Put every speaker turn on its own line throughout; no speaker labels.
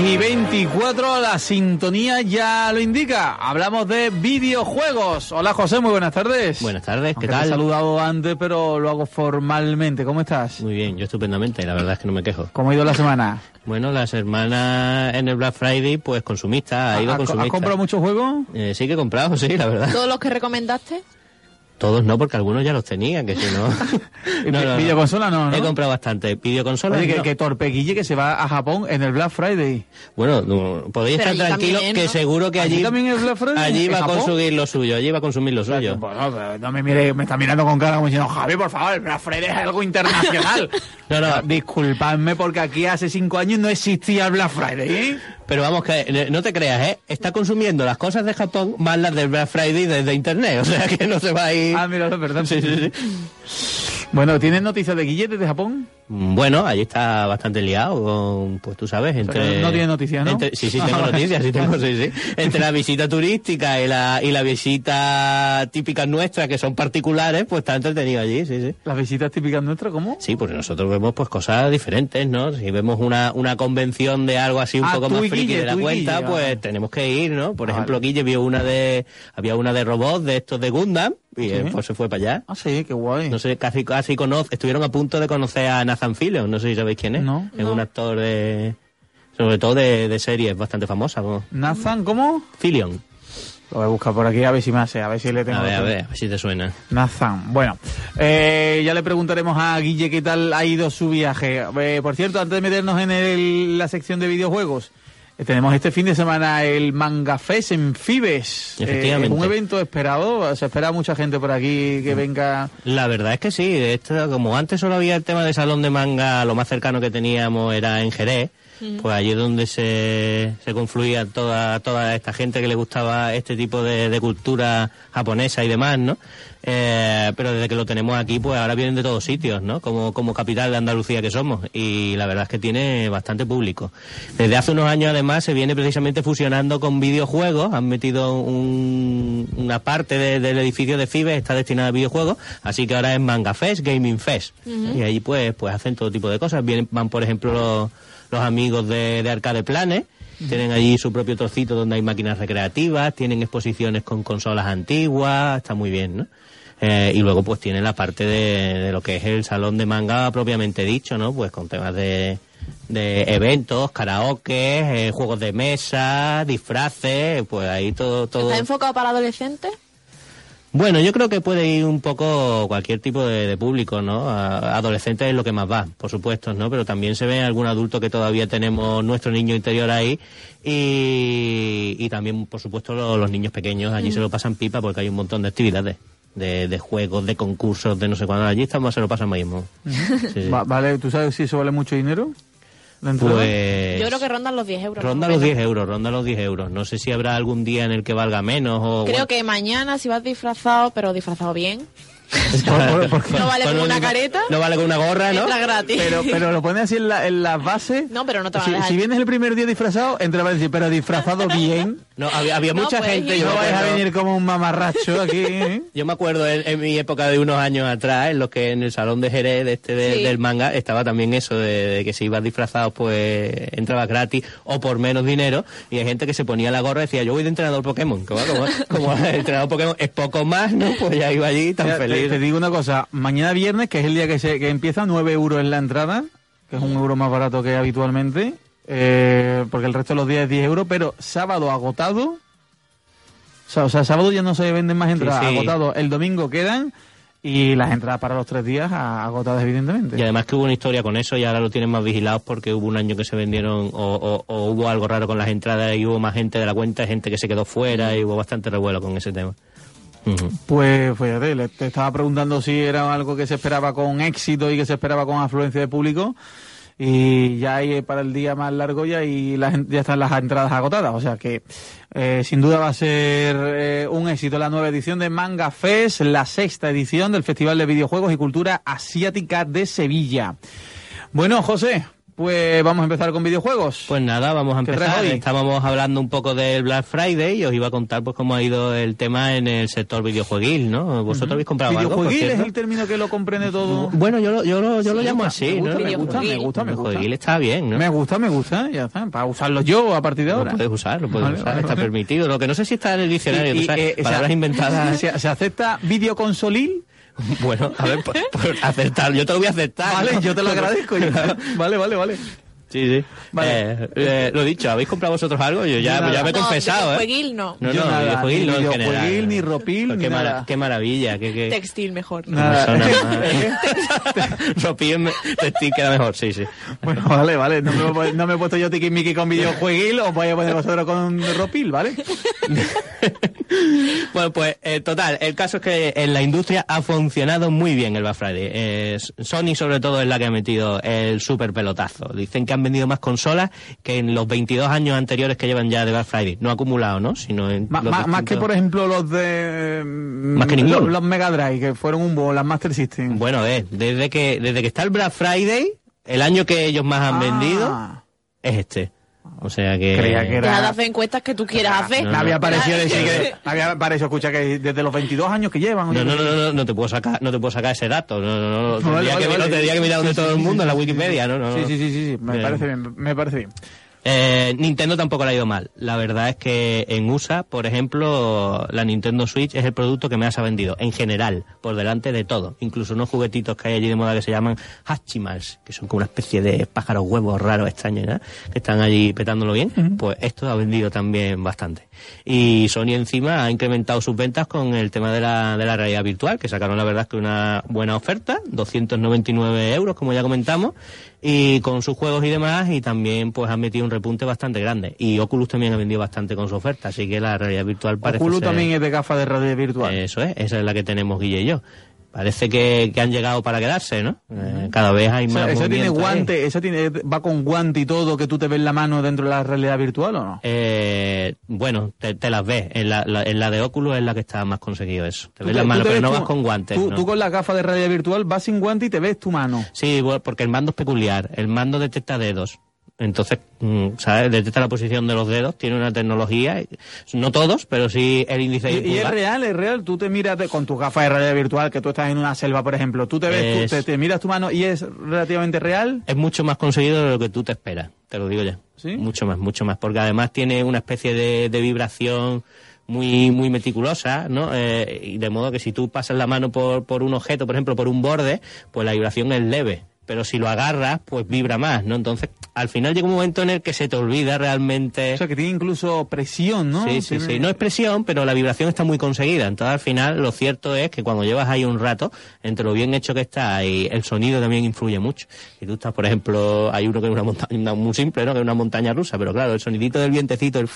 y 24, la sintonía ya lo indica. Hablamos de videojuegos. Hola José, muy buenas tardes.
Buenas tardes,
Aunque
¿qué
Te
tal?
he saludado antes, pero lo hago formalmente. ¿Cómo estás?
Muy bien, yo estupendamente, la verdad es que no me quejo.
¿Cómo ha ido la semana?
Bueno, las hermanas en el Black Friday, pues consumistas, ha ido
¿Has
consumista.
has comprado muchos juegos?
Eh, sí que he comprado, sí, la verdad.
¿Todos los que recomendaste?
Todos no, porque algunos ya los tenían, que si no...
¿Y
No, no, no.
videoconsola no, no?
He comprado bastante. Videoconsolas,
Oye, que,
no.
que torpeguille que se va a Japón en el Black Friday.
Bueno, no, podéis
Pero
estar
allí
tranquilos
también,
que
¿no?
seguro que
¿Allí
allí...
también es Black Friday?
Allí
¿En
va a
Japón?
consumir lo suyo, allí va a consumir lo suyo.
Bueno, pero no me mire, me está mirando con cara como diciendo, Javi, por favor, el Black Friday es algo internacional.
No, no.
Disculpadme porque aquí hace cinco años no existía el Black Friday, ¿eh?
Pero vamos, que eh, no te creas, ¿eh? Está consumiendo las cosas de Japón más las del Black Friday desde Internet, o sea que no se va a ir...
Ah, mira, es verdad.
Sí, sí, sí.
Bueno, ¿tienes noticias de Guille desde Japón?
Mm, Bueno, allí está bastante liado, con, pues tú sabes, entre...
que no tiene noticias, ¿no?
entre- sí, sí, tengo noticias, sí, tengo, sí, sí. Entre la visita turística y la, y la visita típica nuestra, que son particulares, pues está entretenido allí, sí, sí.
Las visitas típicas nuestras, ¿cómo?
Sí, porque nosotros vemos pues cosas diferentes, ¿no? Si vemos una, una convención de algo así un
Ah,
poco
tú
más
y
friki
Guille,
de la
tú y
cuenta,
Guille,
pues
vale.
tenemos que ir, ¿no? Por
Ah,
ejemplo,
vale.
Guille vio una de... Había una de robots de estos de Gundam y él, pues se fue para allá.
Ah, sí, qué guay.
No sé, casi, casi conoz- estuvieron a punto de conocer a Nathan Fillion, no sé si sabéis quién es.
No.
Es un actor de, sobre todo de, de series bastante famosas, como
Nathan, ¿cómo?
Fillion.
Lo voy a buscar por aquí a ver si me hace, a ver si le tengo...
A ver, a
otro.
ver, a ver si te suena.
Nathan. Bueno, eh, ya le preguntaremos a Guille qué tal ha ido su viaje. Eh, por cierto, antes de meternos en el- la sección de videojuegos, eh, tenemos este fin de semana el Manga Fest en Fibes. Eh,
Efectivamente. Mm.
un evento esperado, se espera mucha gente por aquí que venga...
La verdad es que sí, esto, como antes solo había el tema de salón de manga, lo más cercano que teníamos era en Jerez, pues allí es donde se, se confluía toda, toda esta gente que le gustaba este tipo de, de cultura japonesa y demás, ¿no? Eh, pero desde que lo tenemos aquí, pues ahora vienen de todos sitios, ¿no? Como, como capital de Andalucía que somos, y la verdad es que tiene bastante público. Desde hace unos años, además, se viene precisamente fusionando con videojuegos, han metido un- una parte de- del edificio de FIBE, está destinada a videojuegos, así que ahora es Manga Fest, Gaming Fest. Y ahí pues, pues hacen todo tipo de cosas. Vienen, van, por ejemplo, los, los amigos de, de Arcade Planet, tienen allí su propio trocito donde hay máquinas recreativas, tienen exposiciones con consolas antiguas, está muy bien, ¿no? Eh, y luego pues tiene la parte de, de lo que es el salón de manga propiamente dicho, ¿no? Pues con temas de, de eventos, karaoke, eh, juegos de mesa, disfraces, pues ahí todo... todo...
¿Está enfocado para adolescentes?
Bueno, yo creo que puede ir un poco cualquier tipo de, de público, ¿no? A- adolescentes es lo que más va, por supuesto, ¿no? Pero también se ve algún adulto que todavía tenemos nuestro niño interior ahí y, y también, por supuesto, lo- los niños pequeños
Mm.
allí se lo pasan pipa porque hay un montón de actividades, de, de juegos, de concursos, de no sé cuándo. Allí estamos, se lo pasan mismo.
Mm.
Sí, sí.
Va- vale, ¿tú sabes si eso vale mucho dinero? ¿La entrada?
Pues...
Yo creo que rondan los 10 euros.
Ronda
más o
los
menos.
10 euros, ronda los 10 euros. No sé si habrá algún día en el que valga menos o...
Creo que mañana, si vas disfrazado, pero disfrazado bien,
Por- por- por-
No vale con
Con
una
un-
careta.
No vale con una gorra, ¿no?
entra gratis.
Pero, pero lo pones así en, la- en las bases.
No, pero no te van a
si,
dejar.
si vienes el primer día disfrazado, entra para decir, pero disfrazado bien.
No, había, había
No,
mucha
pues,
gente.
y
Yo
No
me
vais a
acuerdo-
venir como un mamarracho aquí. ¿eh?
Yo me acuerdo en, en mi época de unos años atrás, en los que en el salón de Jerez de este de-
Sí.
del manga estaba también eso de, de que si ibas disfrazado pues entrabas gratis o por menos dinero y hay gente que se ponía la gorra y decía yo voy de entrenador Pokémon, que va, como, como el entrenador Pokémon es poco más, ¿no? Pues ya iba allí tan
Mira, te-
feliz.
Te, digo una cosa, mañana viernes, que es el día que, se, que empieza, 9 euros en la entrada, que es un euro más barato que habitualmente, eh, porque el resto de los días es 10 euros, pero sábado agotado, o sea, o sea, sábado ya no se venden más entradas,
sí.
agotado, el domingo quedan y las entradas para los tres días a- agotadas evidentemente.
Y además que hubo una historia con eso y ahora lo tienen más vigilados porque hubo un año que se vendieron o, o- o hubo algo raro con las entradas y hubo más gente de la cuenta, gente que se quedó fuera y hubo bastante revuelo con ese tema. Ujú.
Pues fíjate, le- te estaba preguntando si era algo que se esperaba con éxito y que se esperaba con afluencia de público. Y ya hay eh, para el día más largo ya y la gen- ya están las entradas agotadas. O sea que eh, sin duda va a ser eh, un éxito la nueva edición de Manga Fest, la sexta edición del Festival de Videojuegos y Cultura Asiática de Sevilla. Bueno, José, pues vamos a empezar con videojuegos.
Pues nada, vamos a
¿Qué traes
empezar.
hoy?
Estábamos hablando un poco del Black Friday y os iba a contar pues cómo ha ido el tema en el sector videojueguil, ¿no? ¿Vosotros habéis comprado algo, por
videojueguil es
cierto?
el término que lo comprende todo.
Bueno, yo lo, yo lo, yo lo
Sí,
llamo
me
así,
gusta,
¿no?
me gusta, me
gusta, me gusta.
Videojueguil está bien, ¿no?
Me gusta, me gusta, ya está. Para usarlo yo a partir de
Lo
ahora.
puedes usar, lo puedes
Vale,
usar,
vale,
está
vale.
permitido. Lo que no sé si está en el diccionario,
Y-
tú
y,
sabes,
eh, o sea,
palabras inventadas.
¿Se, se acepta videoconsolil?
Bueno, a ver, por, por aceptar, yo te lo voy a aceptar.
Vale,
¿no?
yo te lo agradezco. yo- Vale, vale, vale.
Sí, sí.
Vale.
Eh, eh, lo dicho, ¿habéis comprado vosotros algo? Yo ya,
Yo
ya me
nada.
he confesado,
no,
¿eh?
videojueguil no.
No,
Yo
no,
nada,
videojueguil
ni
no en general.
videojueguil, ni ropil,
Pero
ni
qué, mara-
nada.
qué maravilla, qué... qué...
Textil mejor.
me
Nada.
suena más. Ropil me- textil queda mejor, sí, sí.
Bueno, vale, vale. No me, voy- no me he puesto yo tiquismiqui con videojueguil, os voy a poner vosotros con ropil, ¿vale?
Bueno, pues eh, total, el caso es que en la industria ha funcionado muy bien el Black Friday. Eh, S- Sony sobre todo es la que ha metido el super pelotazo. Dicen que han vendido más consolas que en los 22 años anteriores que llevan ya de Black Friday. No acumulado, ¿no? Sino en
Ma-
los
ma- Más que,
distintos-
por ejemplo, los de... Más
que ninguno.
Los, los Mega Drive, que fueron un boom, las Master System.
Bueno, eh, desde que desde que está el Black Friday, el año que ellos más han
Ah.
vendido es este. O sea que
Creía que
Deja de
era...
hacer encuestas que tú quieras hacer.
Me había parecido decir que...
Claro.
me había parecido, escucha, que desde los 22 años que llevan...
No,
oye,
no, no, no, no, no te puedo sacar, no te puedo sacar ese dato. No, no, no, no,
Vale,
tendría,
vale,
que,
vale.
lo tendría que mirar donde
Sí,
todo
sí,
el
sí,
mundo, en la
sí, sí,
Wikipedia,
sí.
¿no? no, no.
Sí, sí, sí, sí, sí, me
Bien.
parece bien, me parece bien.
Eh, Nintendo tampoco le ha ido mal. La verdad es que en USA, por ejemplo, la Nintendo Switch es el producto que más ha vendido, en general, por delante de todo. Incluso unos juguetitos que hay allí de moda que se llaman Hatchimals, que son como una especie de pájaros huevos raros, extraños, ¿no? que están allí petándolo bien. Pues esto ha vendido también bastante. Y Sony encima ha incrementado sus ventas con el tema de la, de la realidad virtual, que sacaron la verdad es que una buena oferta, 299 euros, como ya comentamos, y con sus juegos y demás, y también pues han metido un repunte bastante grande. Y Oculus también ha vendido bastante con su oferta, así que la realidad virtual parece
Oculus
ser- Eh,
también es de gafas de radio virtual.
Eso es, esa es la que tenemos Guille y yo. Parece que, que han llegado para quedarse, ¿no? Eh, cada vez hay
O
más
sea, ¿Esa tiene
movimiento ahí.
guante, esa tiene, va con guante y todo, que tú te ves la mano dentro de la realidad virtual o no?
Eh, bueno, te, te las ves. En la, la- en la de Oculus es la que está más conseguido eso. Te
Tú
ves las
tú
manos, pero no
tú-
vas con guantes.
Tú,
¿no?
tú con la gafa de realidad virtual vas sin guante y te ves tu mano.
Sí, bueno, porque el mando es peculiar. El mando detecta dedos. Entonces, mm, ¿sabes? Detecta la posición de los dedos. Tiene una tecnología. No todos, pero sí pues el índice
Y,
y,
y es
pulgar.
real, es real. Tú te miras de- con tus gafas de realidad virtual, que tú estás en una selva, por ejemplo. Tú te ves, tú
Es-
te, te miras tu mano y es relativamente real.
es mucho más conseguido de lo que tú te esperas, te lo digo ya.
¿Sí?
Mucho más, mucho más, porque además tiene una especie de, de vibración muy muy meticulosa, ¿no? Eh, y de modo que si tú pasas la mano por, por un objeto, por ejemplo, por un borde, pues la vibración es leve, pero si lo agarras, pues vibra más, ¿no? Entonces, al final llega un momento en el que se te olvida realmente...
O sea, que tiene incluso presión, ¿no?
Sí, sí,
Tiene-
sí. No es presión, pero la vibración está muy conseguida. Entonces, al final, lo cierto es que cuando llevas ahí un rato, entre lo bien hecho que está y el sonido también influye mucho. Si tú estás, por ejemplo, hay uno que es una montaña muy simple, ¿no? Que es una montaña rusa, pero claro, el sonidito del vientecito, el...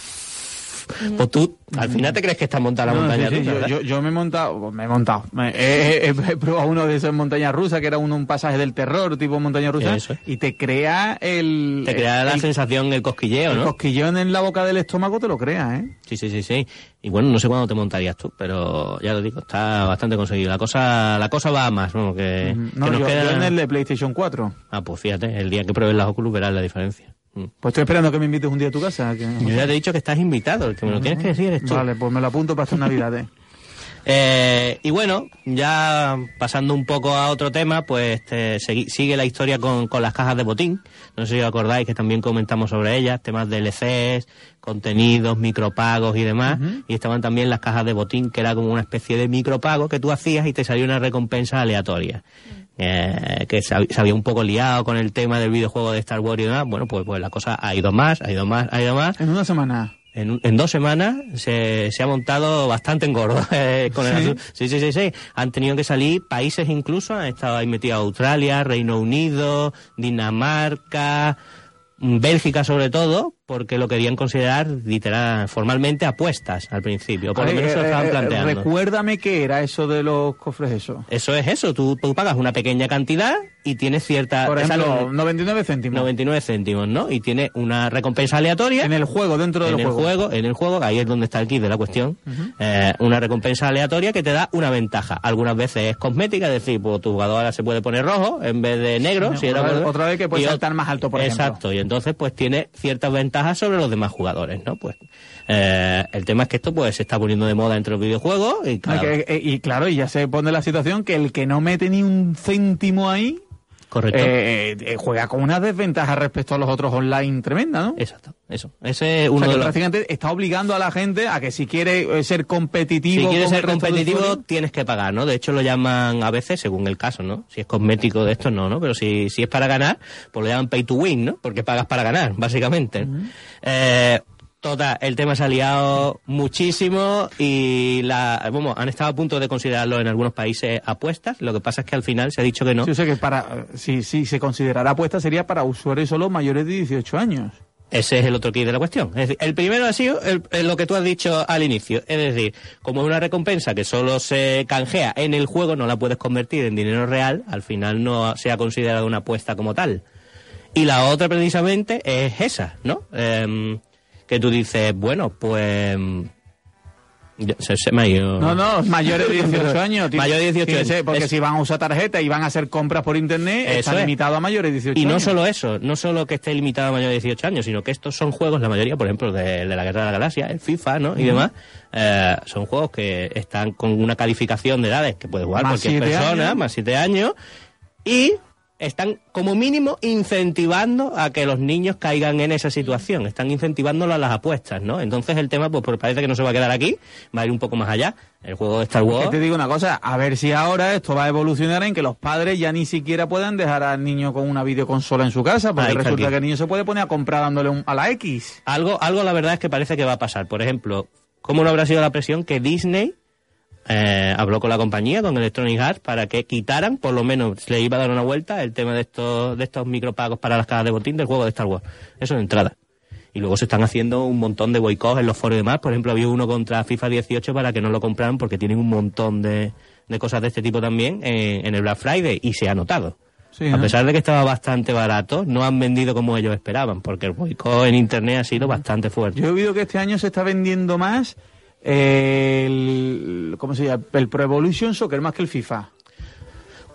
Pues tú, al final te crees que estás montada la
No,
montaña
sí, sí,
rusa,
yo-
¿verdad?
yo, yo me he montado, me he montado. me- he, he- he probado uno de esos montañas rusas, que era un, un pasaje del terror, tipo montaña rusa,
Eso es.
y te crea el,
Te crea la
eh, el-
sensación, el cosquilleo,
el
¿no?
cosquillón en la boca del estómago, te lo creas, ¿eh?
Sí, sí, sí, sí. Y bueno, no sé cuándo te montarías tú, pero ya lo digo, está bastante conseguido. La cosa, la cosa va a más, ¿no? Que,
Mm,
que
No,
nos
yo,
queda-
yo en el de PlayStation 4.
Ah, pues fíjate, el día que pruebes las Oculus verás la diferencia. Mm.
Pues estoy esperando que me invites un día a tu casa. que-
Yo ya te he dicho que estás invitado, el que me lo tienes que decir eres tú.
Vale, pues me lo apunto para estas navidades.
Eh, y bueno, ya pasando un poco a otro tema, pues te- segui- sigue la historia con, con las cajas de botín. No sé si os acordáis que también comentamos sobre ellas, temas de DLCs, contenidos, micropagos y demás. Y estaban también las cajas de botín, que era como una especie de micropago que tú hacías y te salía una recompensa aleatoria. Eh, que se, hab- se había un poco liado con el tema del videojuego de Star Wars y demás. Bueno, pues, pues la cosa ha ido más, ha ido más, ha ido más.
En una semana.
En, un- en dos semanas se, se ha montado bastante en gordo eh, con el
¿Sí?
asunto. Sí, sí, sí, sí. Han tenido que salir países incluso, han estado ahí metidos Australia, Reino Unido, Dinamarca, mm, Bélgica sobre todo, porque lo querían considerar literal, formalmente apuestas al principio, por lo
Ay,
menos se lo
eh,
estaban
eh,
planteando.
Recuérdame qué era eso de los cofres eso.
Eso es eso, tú, tú pagas una pequeña cantidad y tienes cierta...
Por
Ah, esa
ejemplo,
no-
99 céntimos.
99 céntimos, ¿no? Y tiene una recompensa aleatoria.
En el juego, dentro del
en el
juego.
juego, en el juego, ahí es donde está el kit de la cuestión, eh, una recompensa aleatoria que te da una ventaja. Algunas veces es cosmética, es decir, pues, tu jugador ahora se puede poner rojo en vez de negro.
Sí,
si era
otra vez-
verde.
otra vez que puede
Y ot-
saltar más alto, por ejemplo.
Exacto, y entonces pues tiene ciertas ventajas sobre los demás jugadores, ¿no? Pues eh, el tema es que esto pues se está poniendo de moda entre los videojuegos y
No,
claro,
que- eh, y claro, y ya se pone la situación que el que no mete ni un céntimo ahí
correcto.
eh, eh, juega con una desventaja respecto a los otros online tremenda, ¿no?
Exacto, eso. Ese es
O
uno
sea, que
de los...
prácticamente está obligando a la gente a que si quiere eh, ser competitivo.
Si quieres
con el
ser
resto de
competitivo,
usuarios-
tienes que pagar, ¿no? De hecho, lo llaman a veces, según el caso, ¿no? Si es cosmético de esto, no, ¿no? Pero si, si es para ganar, pues lo llaman pay to win, ¿no? Porque pagas para ganar, básicamente. Eh, Total, el tema se ha liado muchísimo y la, vamos, han estado a punto de considerarlo en algunos países apuestas. Lo que pasa es que al final se ha dicho que no.
Sí, o sea que para, eh, si, si se considerará apuesta sería para usuarios solo mayores de 18 años.
Ese es el otro kit de la cuestión. Es decir, el primero ha sido el- el- lo que tú has dicho al inicio. Es decir, como es una recompensa que solo se canjea en el juego, no la puedes convertir en dinero real, al final no se ha considerado una apuesta como tal. Y la otra precisamente es esa, ¿no? Em, que tú dices, bueno, pues... em, ya- se, se me ha ido...
No, no, mayores de 18 años. tío.
Mayores de 18
Tiene que ser,
años.
Porque
Es-
si van a usar tarjeta y van a hacer compras por internet,
Eso
está
es.
limitado a mayores de 18
Y
años.
no solo eso, no solo que esté limitado a mayores de 18 años, sino que estos son juegos, la mayoría, por ejemplo, de, de la Guerra de la Galaxia, el FIFA, ¿no? Y demás, eh, son juegos que están con una calificación de edades que puede jugar
Más
cualquier
siete
persona,
años.
más 7 años, y están como mínimo incentivando a que los niños caigan en esa situación, están incentivándolo a las apuestas, ¿no? Entonces el tema, pues, pues parece que no se va a quedar aquí, va a ir un poco más allá. El juego de Star Wars.
Que te digo una cosa, a ver si ahora esto va a evolucionar en que los padres ya ni siquiera puedan dejar al niño con una videoconsola en su casa, porque
Ahí está el
resulta
kit.
que el niño se puede poner a comprar dándole un- a la X.
Algo, algo la verdad es que parece que va a pasar. Por ejemplo, ¿cómo no habrá sido la presión que Disney eh, habló con la compañía, con Electronic Arts, para que quitaran, por lo menos le iba a dar una vuelta, el tema de estos, de estos micropagos para las cajas de botín del juego de Star Wars? Eso de entrada. Y luego se están haciendo un montón de boicots en los foros y demás. Por ejemplo, había uno contra FIFA 18 para que no lo compraran porque tienen un montón de, de cosas de este tipo también en, en el Black Friday y se ha notado.
Sí,
A
¿no?
pesar de que estaba bastante barato, no han vendido como ellos esperaban, porque el boicot en internet ha sido bastante fuerte.
Yo he oído que este año se está vendiendo más eh, el, ¿cómo se llama? El Pro Evolution Soccer más que el FIFA.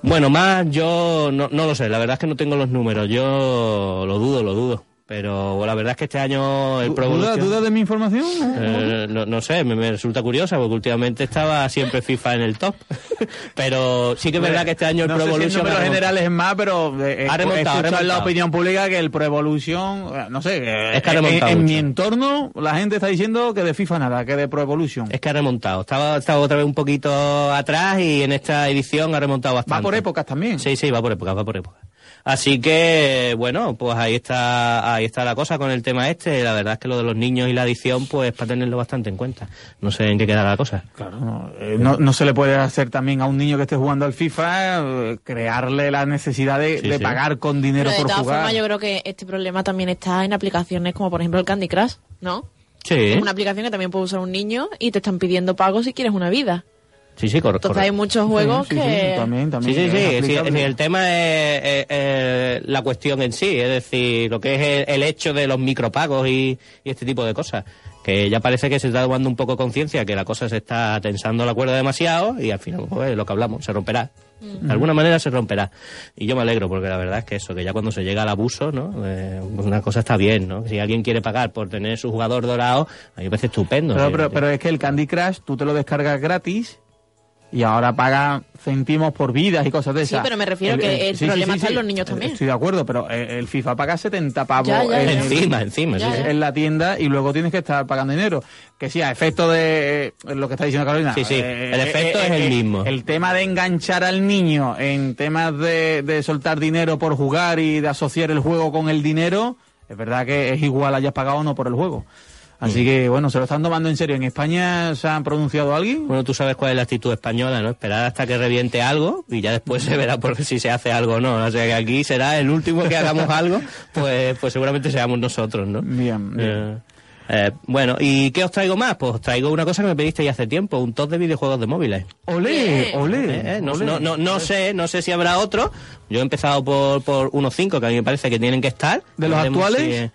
Bueno, más yo no, no lo sé, la verdad es que no tengo los números, yo lo dudo, lo dudo. Pero la verdad es que este año el Pro
¿Duda,
Evolution-
duda de mi información?
Eh, no, no sé, me, me resulta curiosa porque últimamente estaba siempre FIFA en el top. pero sí que es verdad que este año el
no sé
Pro
si en
Evolution.
números
ha remont-
generales es más, pero eh, eh,
Ha
he
remontado, ha
escuchado en la
remontado.
opinión pública que el Pro Evolution, eh, no sé, eh,
Es que ha
en- en,
remontado mucho.
mi entorno la gente está diciendo que de FIFA nada, que de Pro Evolution.
Es que ha remontado. Estaba, estaba otra vez un poquito atrás y en esta edición ha remontado bastante.
Va por épocas también.
Sí, sí, va por época, va por época. Así que, bueno, pues ahí está, ahí está la cosa con el tema este. La verdad es que lo de los niños y la adicción, pues para tenerlo bastante en cuenta. No sé en qué quedará la cosa.
Claro, no, eh, no, no se le puede hacer también a un niño que esté jugando al FIFA eh, crearle la necesidad de,
Sí,
de
sí.
pagar con dinero
Pero de
por
todas
jugar.
formas, yo creo que este problema también está en aplicaciones como, por ejemplo, el Candy Crush, ¿no?
Sí,
Es una aplicación que también puede usar un niño y te están pidiendo pagos si quieres una vida.
sí, sí, correcto.
Entonces hay muchos juegos
Sí, sí,
que...
también,
Sí,
también
sí,
es
sí. sí,
aplicable.
sí, el tema es eh, eh, la cuestión en sí, es decir, lo que es el, el hecho de los micropagos y, y este tipo de cosas. Que ya parece que se está tomando un poco conciencia, que la cosa se está tensando la cuerda demasiado y al final, pues, lo que hablamos, se romperá.
Mm.
De alguna manera se romperá. Y yo me alegro, porque la verdad es que eso, que ya cuando se llega al abuso, ¿no? Eh, una cosa está bien, ¿no? Si alguien quiere pagar por tener su jugador dorado, a mí me parece estupendo.
Pero,
Sí,
pero, pero es que el Candy Crush tú te lo descargas gratis y ahora paga centimos por vidas y cosas de
Sí,
esas.
pero me refiero que el problema está en los niños también.
Estoy de acuerdo, pero eh, el FIFA paga 70 pavos
Ya, ya,
en,
ya.
Encima, encima,
Ya,
sí, sí.
ya.
en la tienda y luego tienes que estar pagando dinero. Que sí, a efecto de eh, lo que está diciendo Carolina. eh,
Sí, sí, el efecto es el mismo.
El tema de enganchar al niño en temas de, de soltar dinero por jugar y de asociar el juego con el dinero, es verdad que es igual hayas pagado o no por el juego.
Mm.
Así que, bueno, se lo están tomando en serio. ¿En España se han pronunciado alguien?
Bueno, tú sabes cuál es la actitud española, ¿no? Esperar hasta que reviente algo y ya después se verá por si se hace algo o no. O sea que aquí será el último que hagamos algo, pues, pues seguramente seamos nosotros, ¿no?
Bien, bien.
Eh, eh, bueno, ¿y qué os traigo más? Pues os traigo una cosa que me pedisteis hace tiempo, un top de videojuegos de móviles.
¡Olé!
Bien.
¡Olé!
Eh, eh, no,
olé.
no, no, no sé, no sé si habrá otro. Yo he empezado por, por unos cinco que a mí me parece que tienen que estar.
¿De los
Veremos
actuales?
eh,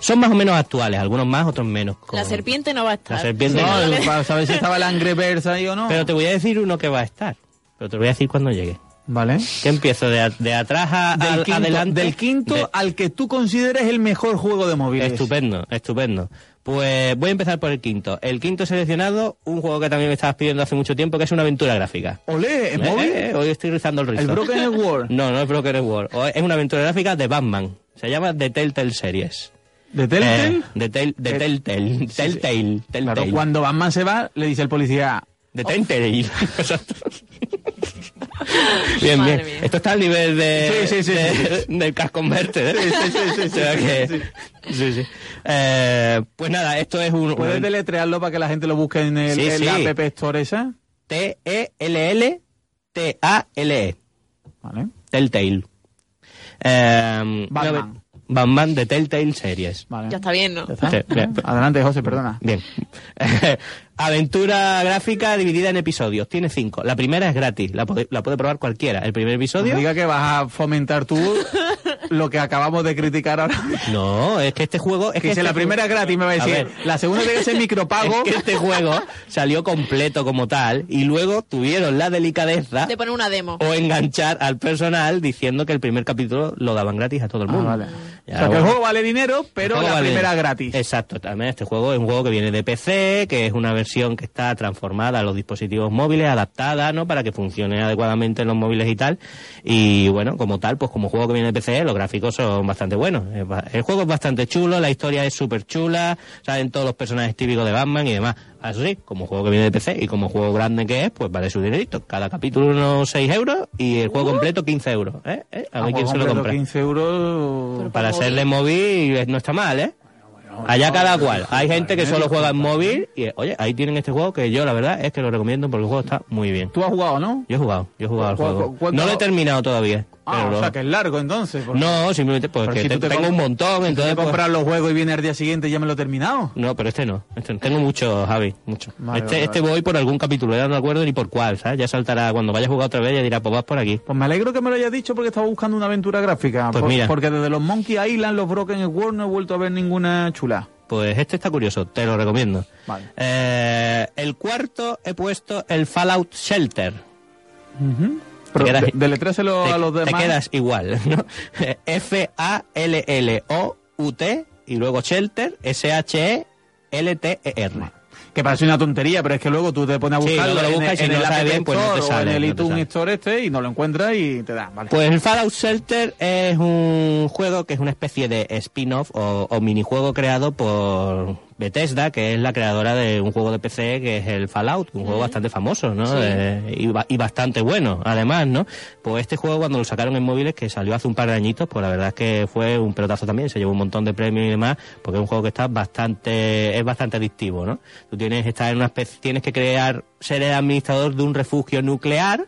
son más o menos actuales, algunos más, otros menos.
La
Con-
serpiente no va a estar.
La serpiente
No,
no.
el- para saber si estaba el Angry Birds ahí o no.
Pero te voy a decir uno que va a estar. Pero te lo voy a decir cuando llegue.
Vale.
Que empiezo de, a- de atrás a,
Del
al-
quinto,
adelante.
del quinto
De-
al que tú consideres el mejor juego de móviles.
Estupendo, estupendo. Pues voy a empezar por el quinto. El quinto seleccionado, un juego que también me estabas pidiendo hace mucho tiempo, que es una aventura gráfica.
¡Olé! ¿En
Eh,
móvil?
eh, eh, hoy estoy rizando el rizo.
el Broken World.
No, no es Broken World. O- Es una aventura gráfica de Batman. Se llama The Telltale Series.
¿De Telltale?
Eh, de Tell- de
Eh,
Telltale. Telltale.
Claro,
Telltale.
cuando Batman se va, le dice el policía,
De Telltale. Exacto. bien,
Madre
bien.
mía.
Esto está al nivel de,
Sí, sí, sí,
de- del casco verde. ¿eh?
Sí, sí, sí, sí,
O sea
sí,
que-
sí,
sí, sí. Eh, pues nada, esto es un...
¿puedes
un
deletrearlo para que la gente lo busque en, el,
Sí,
en la
sí.
app store esa?
T-E-L-L-T-A-L-E.
Vale.
Telltale. Eh,
Batman.
una ve- Batman de Telltale Series.
vale.
Ya está bien, ¿no?
Ya está.
Sí, bien.
Adelante, José, perdona.
Bien. Aventura gráfica dividida en episodios. Tiene cinco. La primera es gratis. La puede, la puede probar cualquiera. El primer
No
episodio.
diga que vas a fomentar tú lo que acabamos de criticar ahora.
No, es que este juego. Es
que si
este
la primera es gratis me va a
A
decir,
ver.
la segunda tiene que ser
juego-
micropago.
es que este juego salió completo como tal y luego tuvieron la delicadeza
Te pone una demo.
o enganchar al personal diciendo que el primer capítulo lo daban gratis a todo el
Ah,
mundo.
vale.
Ya,
o sea, que el
bueno.
juego vale dinero, pero
El
la
juego vale.
primera es gratis.
Exacto, también este juego es un juego que viene de PC, que es una versión que está transformada a los dispositivos móviles, adaptada, ¿no? Para que funcione adecuadamente en los móviles y tal. Y bueno, como tal, pues como juego que viene de PC, los gráficos son bastante buenos. Es ba- El juego es bastante chulo, la historia es súper chula, salen todos los personajes típicos de Batman y demás. Así, como juego que viene de PC y como juego grande que es, pues vale su dinerito. Cada capítulo unos 6 euros y el juego completo 15 euros. ¿eh? ¿Eh? A
Vamos,
ver quién se lo
Uh. Ah, completo,
compra.
15 euros.
Pero-
Pues Para
Móvil.
hacerle móvil eh, no está mal, ¿eh? Allá cada cual. Hay gente que solo juega en móvil y, eh, oye, ahí tienen este juego que yo la verdad es que lo recomiendo porque el juego está muy bien.
Tú has jugado, ¿no?
Yo he jugado, yo he jugado al
¿Cuál-
juego.
cuál-
No lo he terminado todavía.
Ah,
pero
o
lo-
sea, que es largo entonces. porque-
No, simplemente pues
Pero
que
si
te-
tú te
tengo
comp-
un montón,
Voy
entonces
a
pues-
comprar los juegos y viene al día siguiente y ya me lo he terminado.
No, pero este no. Este no. Tengo mucho, Javi, mucho.
Vale,
este,
vale,
este voy por algún capítulo, ya no me acuerdo ni por cuál, ¿sabes? Ya saltará, cuando vaya a jugar otra vez ya dirá, pues vas por aquí.
Pues me alegro que me lo hayas dicho porque estaba buscando una aventura gráfica.
Pues
Por-
mira.
Porque desde los Monkey Island, los Broken World, no he vuelto a ver ninguna chula.
Pues este está curioso, te lo recomiendo.
Vale.
Eh, el cuarto he puesto el Fallout Shelter.
Pero
quedas-
de- deletréselo
te,
a los
te
demás.
quedas igual, ¿no? F-A-L-L-O-U-T y luego Shelter, E S-H-E-L-T-E-R.
Que parece una tontería, pero es que luego tú te pones a
Sí,
buscarlo
luego lo
en el-
buscas y si
en
no
el
lo sabes
App
bien, pues no te
Store o
sale,
en el
no te
iTunes
sale.
Store este y no lo encuentras y te da. Vale.
Pues el Fallout Shelter es un juego que es una especie de spin-off o, o minijuego creado por Bethesda, que es la creadora de un juego de PC que es el Fallout, un juego bastante famoso, ¿no? Eh, y, ba- y bastante bueno, además, ¿no? Pues este juego cuando lo sacaron en móviles, que salió hace un par de añitos, pues la verdad es que fue un pelotazo también, se llevó un montón de premios y demás, porque es un juego que está bastante, es bastante adictivo, ¿no? Tú tienes, estás en una especie, tienes que crear, ser el administrador de un refugio nuclear,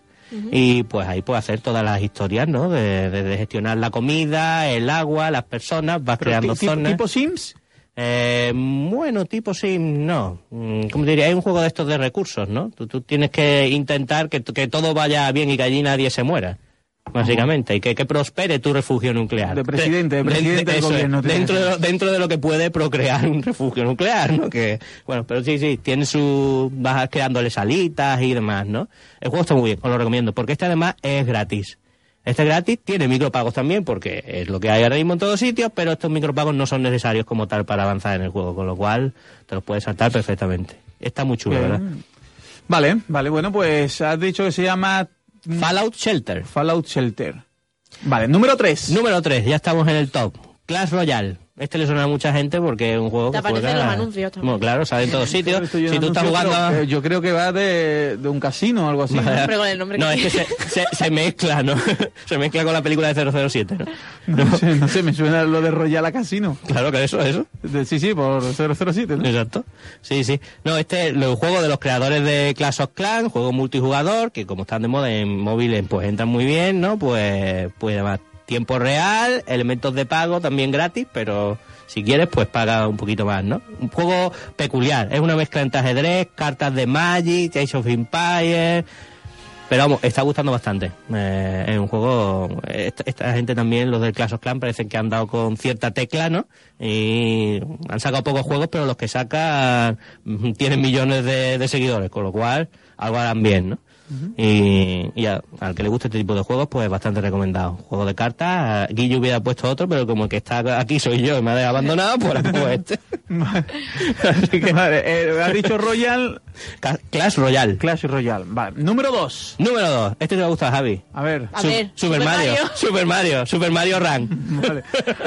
y pues ahí puedes hacer todas las historias, ¿no? De, de- de gestionar la comida, el agua, las personas, vas
Pero
creando
ti- tipo,
zonas.
tipo Sims.
Eh, bueno, tipo sí, no. Mm, ¿Cómo te diría? Es un juego de estos de recursos, ¿no? Tú, tú tienes que intentar que, t- que todo vaya bien y que allí nadie se muera. Básicamente, y que, que prospere tu refugio nuclear.
De presidente, de
Dent-
presidente del
eso es,
gobierno tiene
dentro,
que
de
ser.
lo, dentro de lo que puede procrear un refugio nuclear, ¿no? Que, bueno, pero sí, sí, tiene su. vas creándole salitas y demás, ¿no? El juego está muy bien, os lo recomiendo, porque este además es gratis. Este es gratis tiene micropagos también, porque es lo que hay ahora mismo en todos sitios, pero estos micropagos no son necesarios como tal para avanzar en el juego, con lo cual te los puedes saltar perfectamente. Está muy chulo,
Bien.
¿verdad?
Mm. Vale, vale, bueno, pues has dicho que se llama
Fallout Shelter.
Fallout Shelter. Vale, número 3.
Número 3, ya estamos en el top. Clash Royale. Este le suena a mucha gente porque es un juego
Te
que
aparecen
juega-
los anuncios también.
Bueno, claro, sale en todos sitios.
Estoy
si
en
tú estás
anuncio,
jugando...
pero, eh, yo creo que va de, de un casino o algo así. ¿no?
Hombre, con el nombre
no,
que
es que se, se- se mezcla, ¿no? se mezcla con la película de 007, ¿no?
No sé, no sé, me suena lo de Royal a Casino.
Claro que eso, eso.
De- sí, sí, por 007. ¿no?
Exacto. Sí, sí. No, este es el juego de los creadores de Clash of Clans, juego multijugador, que como están de moda en móviles, pues entran muy bien, ¿no? Pues, pues además, tiempo real, elementos de pago también gratis, pero si quieres, pues paga un poquito más, ¿no? Un juego peculiar. Es una mezcla entre ajedrez, cartas de Magic, Age of Empires... Pero vamos, está gustando bastante. Eh, es un juego. Esta, esta gente también, los del Clash of Clans, parecen que han dado con cierta tecla, ¿no? Y han sacado pocos juegos, pero los que sacan mm, tienen millones de, de seguidores, con lo cual algo harán bien, ¿no? Y, y a- al que le guste este tipo de juegos, pues bastante recomendado. Juego de cartas, eh, Guillo hubiera puesto otro, pero como el que está aquí soy yo y me ha dejado abandonado, pues ahora pongo este. Así que,
Vale, eh, ha dicho Royal,
Ca- Clash Royale.
Clash Royale. Vale, número 2.
Número 2. Este te va a gustar, Javi.
A ver.
A
Su-
ver,
Super,
Super
Mario,
Mario.
Super Mario, Super Mario Run.
Vale.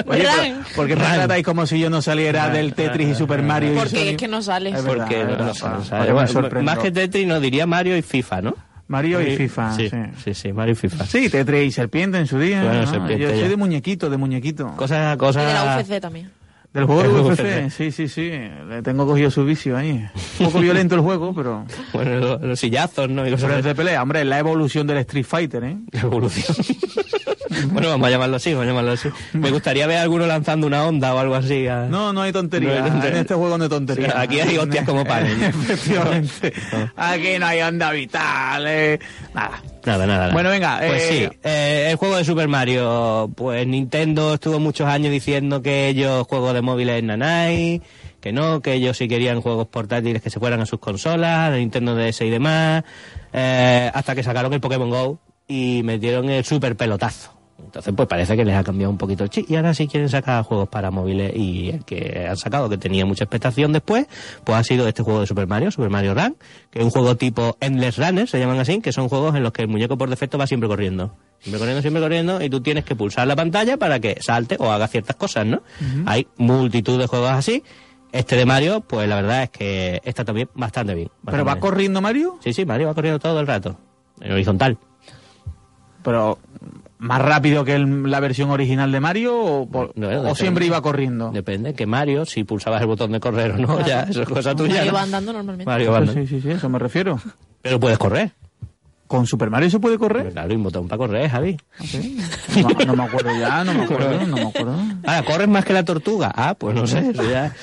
Oye,
Rang.
pero- porque me
Rang.
tratáis como si yo no saliera del Tetris y Super Mario y
Porque
Sonic?
es que no sale.
Es verdad,
Porque
es
no,
verdad,
no sé,
para-
o sea,
para que me
bueno,
sorprenda.
más que Tetris no diría Mario y FIFA, ¿no?
Mario y FIFA,
Sí,
sí.
sí, sí, Mario y FIFA.
Sí, Tetris y Serpiente en su día.
Bueno,
¿no?
Serpiente
Yo
ya.
soy de muñequito, de muñequito.
Cosas,
Y de la
cosas.
UFC también.
Del juego de
El
UFC,
UFC.
sí, sí, sí. Le tengo cogido su vicio ahí. Un poco violento el juego, pero...
Bueno, los, los sillazos, ¿no? Y cosas
Pero es
de
de pelea, hombre, es la evolución del Street Fighter, ¿eh?
revolución. bueno, vamos a llamarlo así, vamos a llamarlo así. Me gustaría ver a alguno lanzando una onda o algo así. a-
No, no hay tontería.
No hay tontería.
En este juego no hay tontería.
Sí, aquí hay hostias como panes.
Efectivamente. Aquí no hay onda vital. eh. Nada.
Nada, nada, nada.
Bueno, venga,
Pues
eh,
sí, eh, el juego de Super Mario. Pues Nintendo estuvo muchos años diciendo que ellos juegos de móviles nanay, que no, que ellos sí querían juegos portátiles que se fueran a sus consolas, de Nintendo DS y demás, eh, hasta que sacaron el Pokémon Go y metieron el super pelotazo. Entonces, pues parece que les ha cambiado un poquito el chip y ahora sí quieren sacar juegos para móviles y el que han sacado, que tenía mucha expectación después, pues ha sido este juego de Super Mario, Super Mario Run, que es un juego tipo Endless Runner, se llaman así, que son juegos en los que el muñeco por defecto va siempre corriendo. Siempre corriendo, siempre corriendo, y tú tienes que pulsar la pantalla para que salte o haga ciertas cosas, ¿no? Hay multitud de juegos así. Este de Mario, pues la verdad es que está también bastante bien.
¿Pero
bastante
va
bien.
corriendo Mario?
Sí, sí, Mario va corriendo todo el rato. En horizontal.
¿Pero más rápido que el- la versión original de Mario? ¿O, por-
No, no,
o
depende.
siempre iba corriendo?
Depende, que Mario, si pulsabas el botón de correr o no, ya, eso es cosa tuya.
Mario
¿no?
va andando normalmente.
Mario va
Pues
andando.
sí, ¿Eh? sí, sí, eso me refiero.
Pero puedes correr.
¿Con Super Mario se puede correr?
Claro, hay un botón para correr, Javi.
No, no me acuerdo ya, no me acuerdo, no me acuerdo.
Ah, corres más que la tortuga. Ah, pues no sé, eso ya.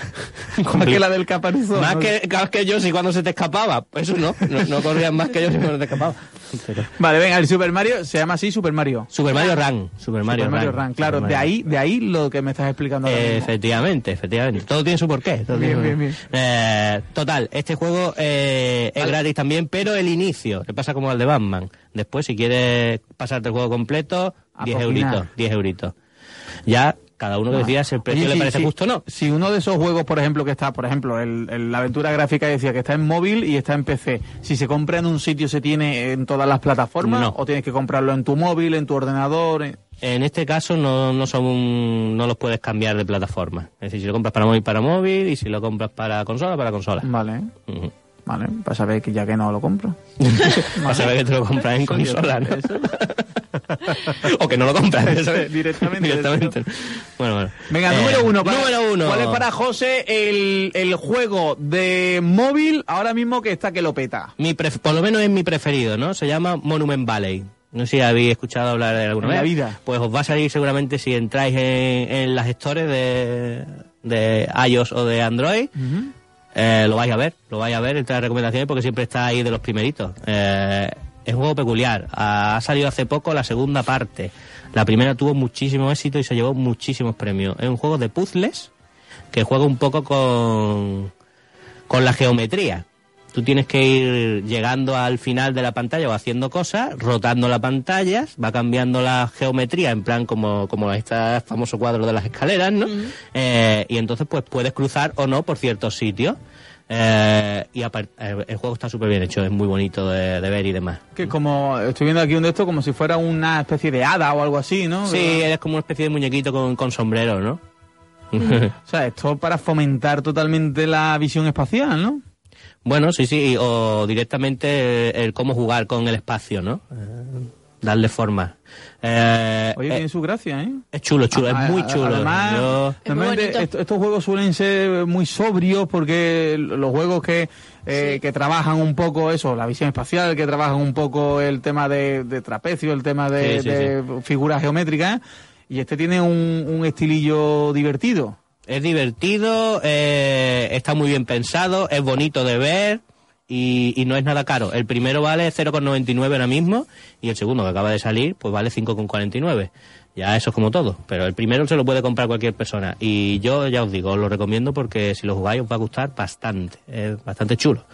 Más que la del caparizón.
Más
¿no?
que, más que yo si cuando se te escapaba. Eso no, no, no corrías más que yo si cuando te escapaba. Pero-
Vale, venga, el Super Mario se llama así Super Mario.
Super Mario Run. Super Mario,
Super Mario Run, claro,
Super
de
Mario Eh,
ahí, de ahí lo que me estás explicando. ahora mismo.
Efectivamente, efectivamente. Todo tiene su porqué. todo
Bien,
tiene su-
bien, bien.
Eh, total, este juego eh, es gratis también, pero el inicio, le pasa como al de Batman. Después, si quieres pasarte el juego completo,
A
10
poquinar.
euritos, 10 euritos. Ya, cada uno que decida si el precio
Oye,
le
si-
parece
si-
justo o no.
Si uno de esos juegos, por ejemplo, que está, por ejemplo, el, el- la aventura gráfica decía que está en móvil y está en PC, si se compra en un sitio, ¿se tiene en todas las plataformas?
No.
¿O tienes que comprarlo en tu móvil, en tu ordenador? Eh, en-
En este caso no, no son un- no los puedes cambiar de plataforma. Es decir, si lo compras para móvil, para móvil, y si lo compras para consola, para consola.
Vale,
Ujú.
vale, para saber que ya que no lo compro.
Vas a ver que te lo compras en consola, ¿no? o que no lo compras.
Eso es,
¿sabes?
directamente,
Directamente. Bueno, bueno.
Venga,
Eh,
número uno. para-
número uno.
¿Cuál es para José el, el juego de móvil ahora mismo que está que lo peta?
Mi pref- por lo menos es mi preferido, ¿no? Se llama Monument Valley. No sé si habéis escuchado hablar de alguna
En
vez.
la vida.
Pues os va a salir seguramente si entráis en, en las stores de, de iOS o de Android. Eh, lo vais a ver, lo vais a ver entre las recomendaciones porque siempre está ahí de los primeritos. Eh, es un juego peculiar. Ha, ha salido hace poco la segunda parte. La primera tuvo muchísimo éxito y se llevó muchísimos premios. Es un juego de puzzles que juega un poco con, con la geometría. Tú tienes que ir llegando al final de la pantalla o haciendo cosas, rotando la pantalla, va cambiando la geometría, en plan como, como este famoso cuadro de las escaleras, ¿no? Eh, y entonces pues puedes cruzar o no por ciertos sitios. Eh, y apar- eh, el juego está súper bien hecho, es muy bonito de, de ver y demás.
Que como estoy viendo aquí un de estos, como si fuera una especie de hada o algo así, ¿no?
Sí, eres como una especie de muñequito con, con sombrero, ¿no?
O sea, esto para fomentar totalmente la visión espacial, ¿no?
Bueno, sí, sí, y- o directamente eh, el, el cómo jugar con el espacio, ¿no? Eh, darle forma. Eh,
Ah. Oye,
eh,
tiene su gracia, ¿eh?
es chulo, chulo,
A-
es muy
a-
chulo.
Además,
Yo-
Es muy
normalmente
bonito.
est- estos juegos suelen ser muy sobrios porque l- los juegos que, eh,
Sí.
que trabajan un poco eso, la visión espacial, que trabajan un poco el tema de, de trapecio, el tema de,
Sí, sí,
de figuras geométricas, y este tiene un, un estilillo divertido.
Es divertido, eh, está muy bien pensado, es bonito de ver y, y no es nada caro. El primero vale 0,99 ahora mismo y el segundo que acaba de salir pues vale 5,49. Ya eso es como todo, pero el primero se lo puede comprar cualquier persona. Y yo ya os digo, os lo recomiendo porque si lo jugáis os va a gustar bastante, es bastante chulo.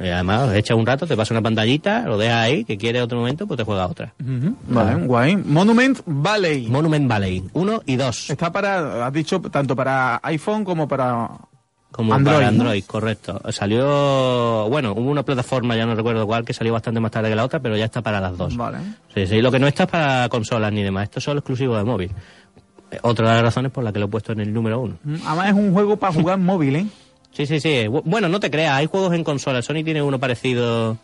Y además, echa un rato, te pasa una pantallita, lo dejas ahí, que quieres otro momento, pues te juega otra.
Vale, guay. Monument Valley.
Monument Valley, 1 y 2.
Está para, has dicho, tanto para iPhone como para...
Como
Android,
Android,
¿no?
Android, correcto. Salió, bueno, hubo una plataforma, ya no recuerdo cuál, que salió bastante más tarde que la otra, pero ya está para las dos.
Vale.
Sí, sí, lo que no está es para consolas ni demás, esto es solo exclusivo de móvil. Eh, Otra de las razones por la que lo he puesto en el número uno.
Mm, Además es un juego para jugar móvil, ¿eh?
Sí, sí, sí. Bu- Bueno, no te creas, hay juegos en consola. Sony tiene uno parecido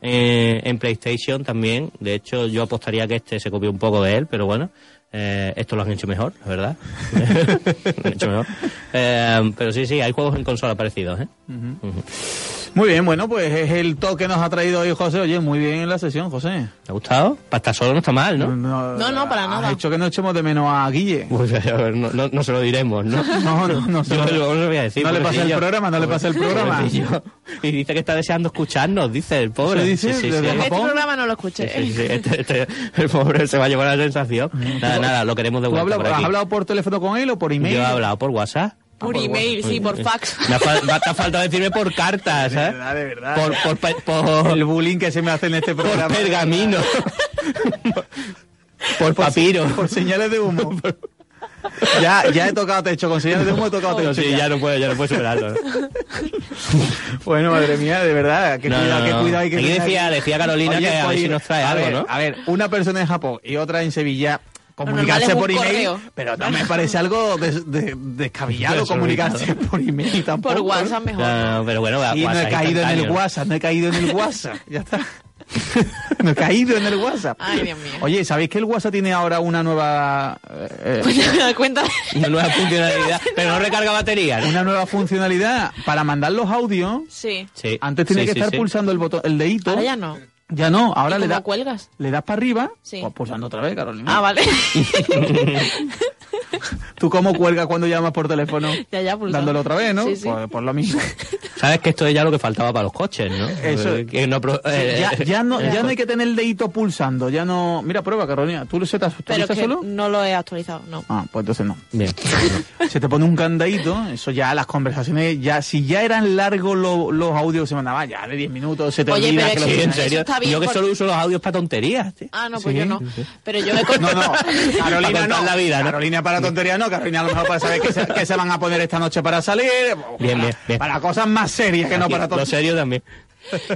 eh, en PlayStation también. De hecho, yo apostaría que este se copió un poco de él, pero bueno, eh, esto lo han hecho mejor, la verdad. Lo han hecho mejor. Eh, pero sí, sí, hay juegos en consola parecidos, ¿eh?
Muy bien, bueno, pues es el toque que nos ha traído hoy José. Oye, muy bien la sesión, José.
¿Te ha gustado? Para estar solo no está mal, ¿no?
No, no, para
has
nada.
hecho que no echemos de menos a Guille.
Pues, a ver, no, no- no se lo diremos, ¿no?
No, no, no se
Yo
lo-
se lo- se lo voy a decir.
no le pasa el
pobrecillo.
programa, no le pasa el programa.
Pobrecillo. Y dice que está deseando escucharnos, dice el pobre.
¿Eso dice? Desde
Este
Japón.
programa no lo
Sí,
escuché.
sí, sí. Este- este- el pobre se va a llevar la sensación. Nada, nada, lo queremos de
Mm. ¿Tú
vuelta
hablas-
por
has
aquí.
hablado por teléfono con él o por email?
Yo he hablado por WhatsApp.
Por email,
pues,
sí,
eh,
por fax.
Me ha, fal- me ha faltado decirme por cartas, ¿sabes?
verdad, de verdad.
Por, por, pe- por-
El bullying que se me hace en este
por
programa.
pergamino. por papiro.
Por señales de humo. ya, ya he tocado techo, con señales de humo he tocado techo.
No, sí, ya no puedo, ya no puedo superarlo. ¿no?
Bueno, madre mía, de verdad, que
No,
cuidado,
no,
que
no.
cuidado. hay que
Aquí
tener
decía- decía Carolina que a ver si nos trae
pues, a
algo,
ver,
¿no?
A ver, una persona en Japón y otra en Sevilla
normal
comunicarse
es un
por email,
correo.
pero no me parece algo des- de- descabellado
Desorbitado.
comunicarse por email tampoco.
Por
¿no?
WhatsApp mejor.
No, no, Ah, pero bueno,
Y no
WhatsApp
he caído en el
instantáneo.
WhatsApp, no he caído en el WhatsApp. Ya está. No he caído en el WhatsApp.
Ay, Dios mío.
Oye, ¿sabéis que el WhatsApp tiene ahora una nueva eh, eh,
¿Te das cuenta?
Una nueva funcionalidad, pero no recarga batería. ¿no?
eh, una nueva funcionalidad para mandar los audios?
Sí.
Sí.
Antes tenía
Sí,
que
sí,
estar
sí.
pulsando el botón, el dedito.
Ahora ya no.
Ya no, ahora le
¿Cómo
das
cuelgas?
le das para arriba,
Sí.
pues pulsando otra vez, Carolina.
Ah, vale.
¿Tú cómo cuelgas cuando llamas por teléfono?
Ya, ya, pulsando.
Dándolo otra vez, ¿no?
Sí, sí.
Pues, por lo mismo.
Sabes que esto es ya lo que faltaba para los coches, ¿no?
Eso.
Eh, que no pro- eh,
ya,
eh,
ya no,
eh,
ya no hay que tener el dedito pulsando, ya no... Mira, prueba, Carolina. ¿Tú lo se te
Pero
actualizas
que
solo?
no lo he actualizado, no.
Ah, pues entonces no.
Bien.
Se te pone un candadito, eso ya, las conversaciones, ya si ya eran largos lo- los audios que se mandaban, ya de 10 minutos, se te
Oye,
olvida que
pero
lo
es
Sí, en
tienes.
Eso
serio.
está bien
Yo que
por-
solo uso los audios para tonterías, tío.
Ah, no, pues
Sí.
yo no. Pero yo he con-
No, no,
Para
Carolina
contar
no.
la vida, ¿no?
Carolina para tontería no, Carolina a lo mejor para saber qué se, qué se van a poner esta noche para salir.
Bien,
para,
bien, bien.
para cosas más serias que no para
Lo
tonterías.
serio también.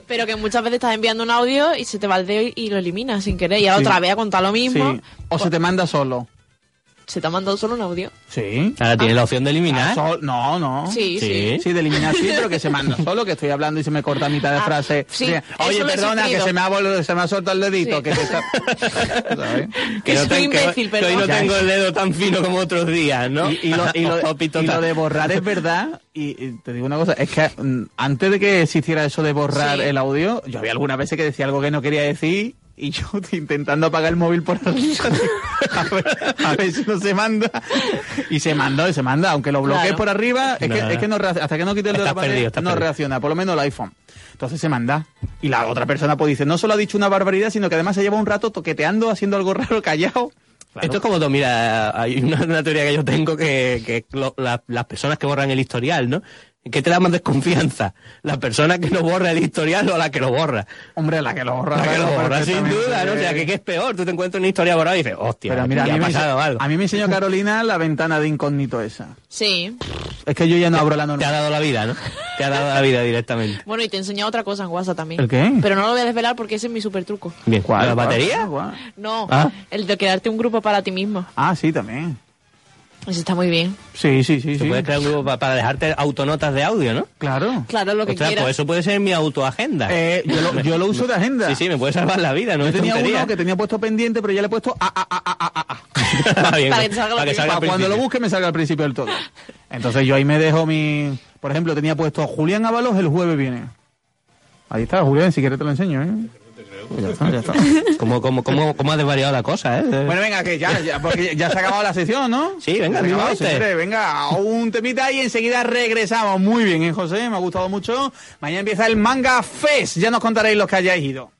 Pero que muchas veces estás enviando un audio y se te va el dedo y- y lo eliminas sin querer. Y ahora otra vez a contar lo mismo.
Sí. O se te manda solo.
Se te ha mandado solo un audio.
Sí.
Ahora tienes la opción de eliminar.
Ah, Sol- no, no.
Sí, sí.
Sí.
Sí, de eliminar sí, pero que se manda solo, que estoy hablando y se me corta a mitad de
Ah,
frase.
sí,
Sí,
eso
Oye,
lo he
perdona, que
sufrido.
se me ha, vol- se me ha soltado el dedito.
Sí.
Que se está... ¿sabes?
Que soy
ten-
imbécil,
que hoy no
perdón.
tengo el dedo tan fino como otros días, ¿no?
Y, y lo, y lo-
O pitota.
y lo de borrar es verdad. Y, y te digo una cosa, es que mm, antes de que existiera eso de borrar
Sí.
el audio, yo había algunas veces que decía algo que no quería decir y yo intentando apagar el móvil por arriba. A ver, a ver si no se manda. Y se mandó, y se manda. Aunque lo bloquees
Claro.
por arriba, es,
Nada.
que, es que no reacc- hasta que no quite el dedo de la
Estás
pared,
perdido, estás
no
perdido.
reacciona. Por lo menos el iPhone. Entonces se manda. Y la otra persona pues dice, no solo ha dicho una barbaridad, sino que además se lleva un rato toqueteando, haciendo algo raro, callado.
Esto es como, todo, mira, hay una, una teoría que yo tengo que, que lo- la- las personas que borran el historial, ¿no? ¿Qué te da más desconfianza? ¿La persona que no borra el historial o la que lo borra?
Hombre, la que lo borra.
La que lo
claro,
borra, sin
perfectamente.
duda, ¿no? O sea, que, que es peor. Tú te encuentras una historia borrada y dices, hostia,
Pero mira, a
aquí
mí,
ha
me
pasado
ense-
algo.
a mí me enseñó Carolina la ventana de incógnito esa.
Sí.
Es que yo ya no abro la
Te ha
normal.
dado la vida, ¿no? Te ha dado la vida directamente.
Bueno, y te he enseñado otra cosa en WhatsApp también.
¿El qué?
Pero no lo voy a desvelar porque ese es mi super truco.
Bien,
¿Cuál?
¿La
¿Cuál?
batería?
¿Cuál?
No,
Ah.
el de quedarte un grupo para ti mismo.
Ah, sí, también.
Eso está muy bien.
Sí, sí, sí.
Se
sí.
puede crear un grupo pa- para dejarte autonotas de audio, ¿no?
Claro.
Claro, lo que
Ostras,
quieras.
pues eso puede ser mi autoagenda.
Eh, yo, lo, yo lo uso de agenda.
Sí, sí, me puede salvar la vida, no
Yo
es
tenía
tontería.
uno que tenía puesto pendiente, pero ya le he puesto a, a, a, a, a, a.
Está Ah, bien, pues,
Para que te salga
para
la
que salga
Para
al
cuando lo
principio.
busque me salga al principio del todo. Entonces yo ahí me dejo mi... Por ejemplo, tenía puesto Julián Ábalos el jueves viene. Ahí está, Julián, si quieres te lo enseño, ¿eh? Ya está, ya está.
Como, como, como, como ha desvariado la cosa, ¿eh?
Bueno, venga, que ya, ya, porque ya se ha acabado la sesión, ¿no?
Sí, venga,
Ya se ha acabado,
vivamente.
señores, venga, a un temita y enseguida regresamos. Muy bien, ¿eh, José? Me ha gustado mucho. Mañana empieza el Manga Fest. Ya nos contaréis los que hayáis ido.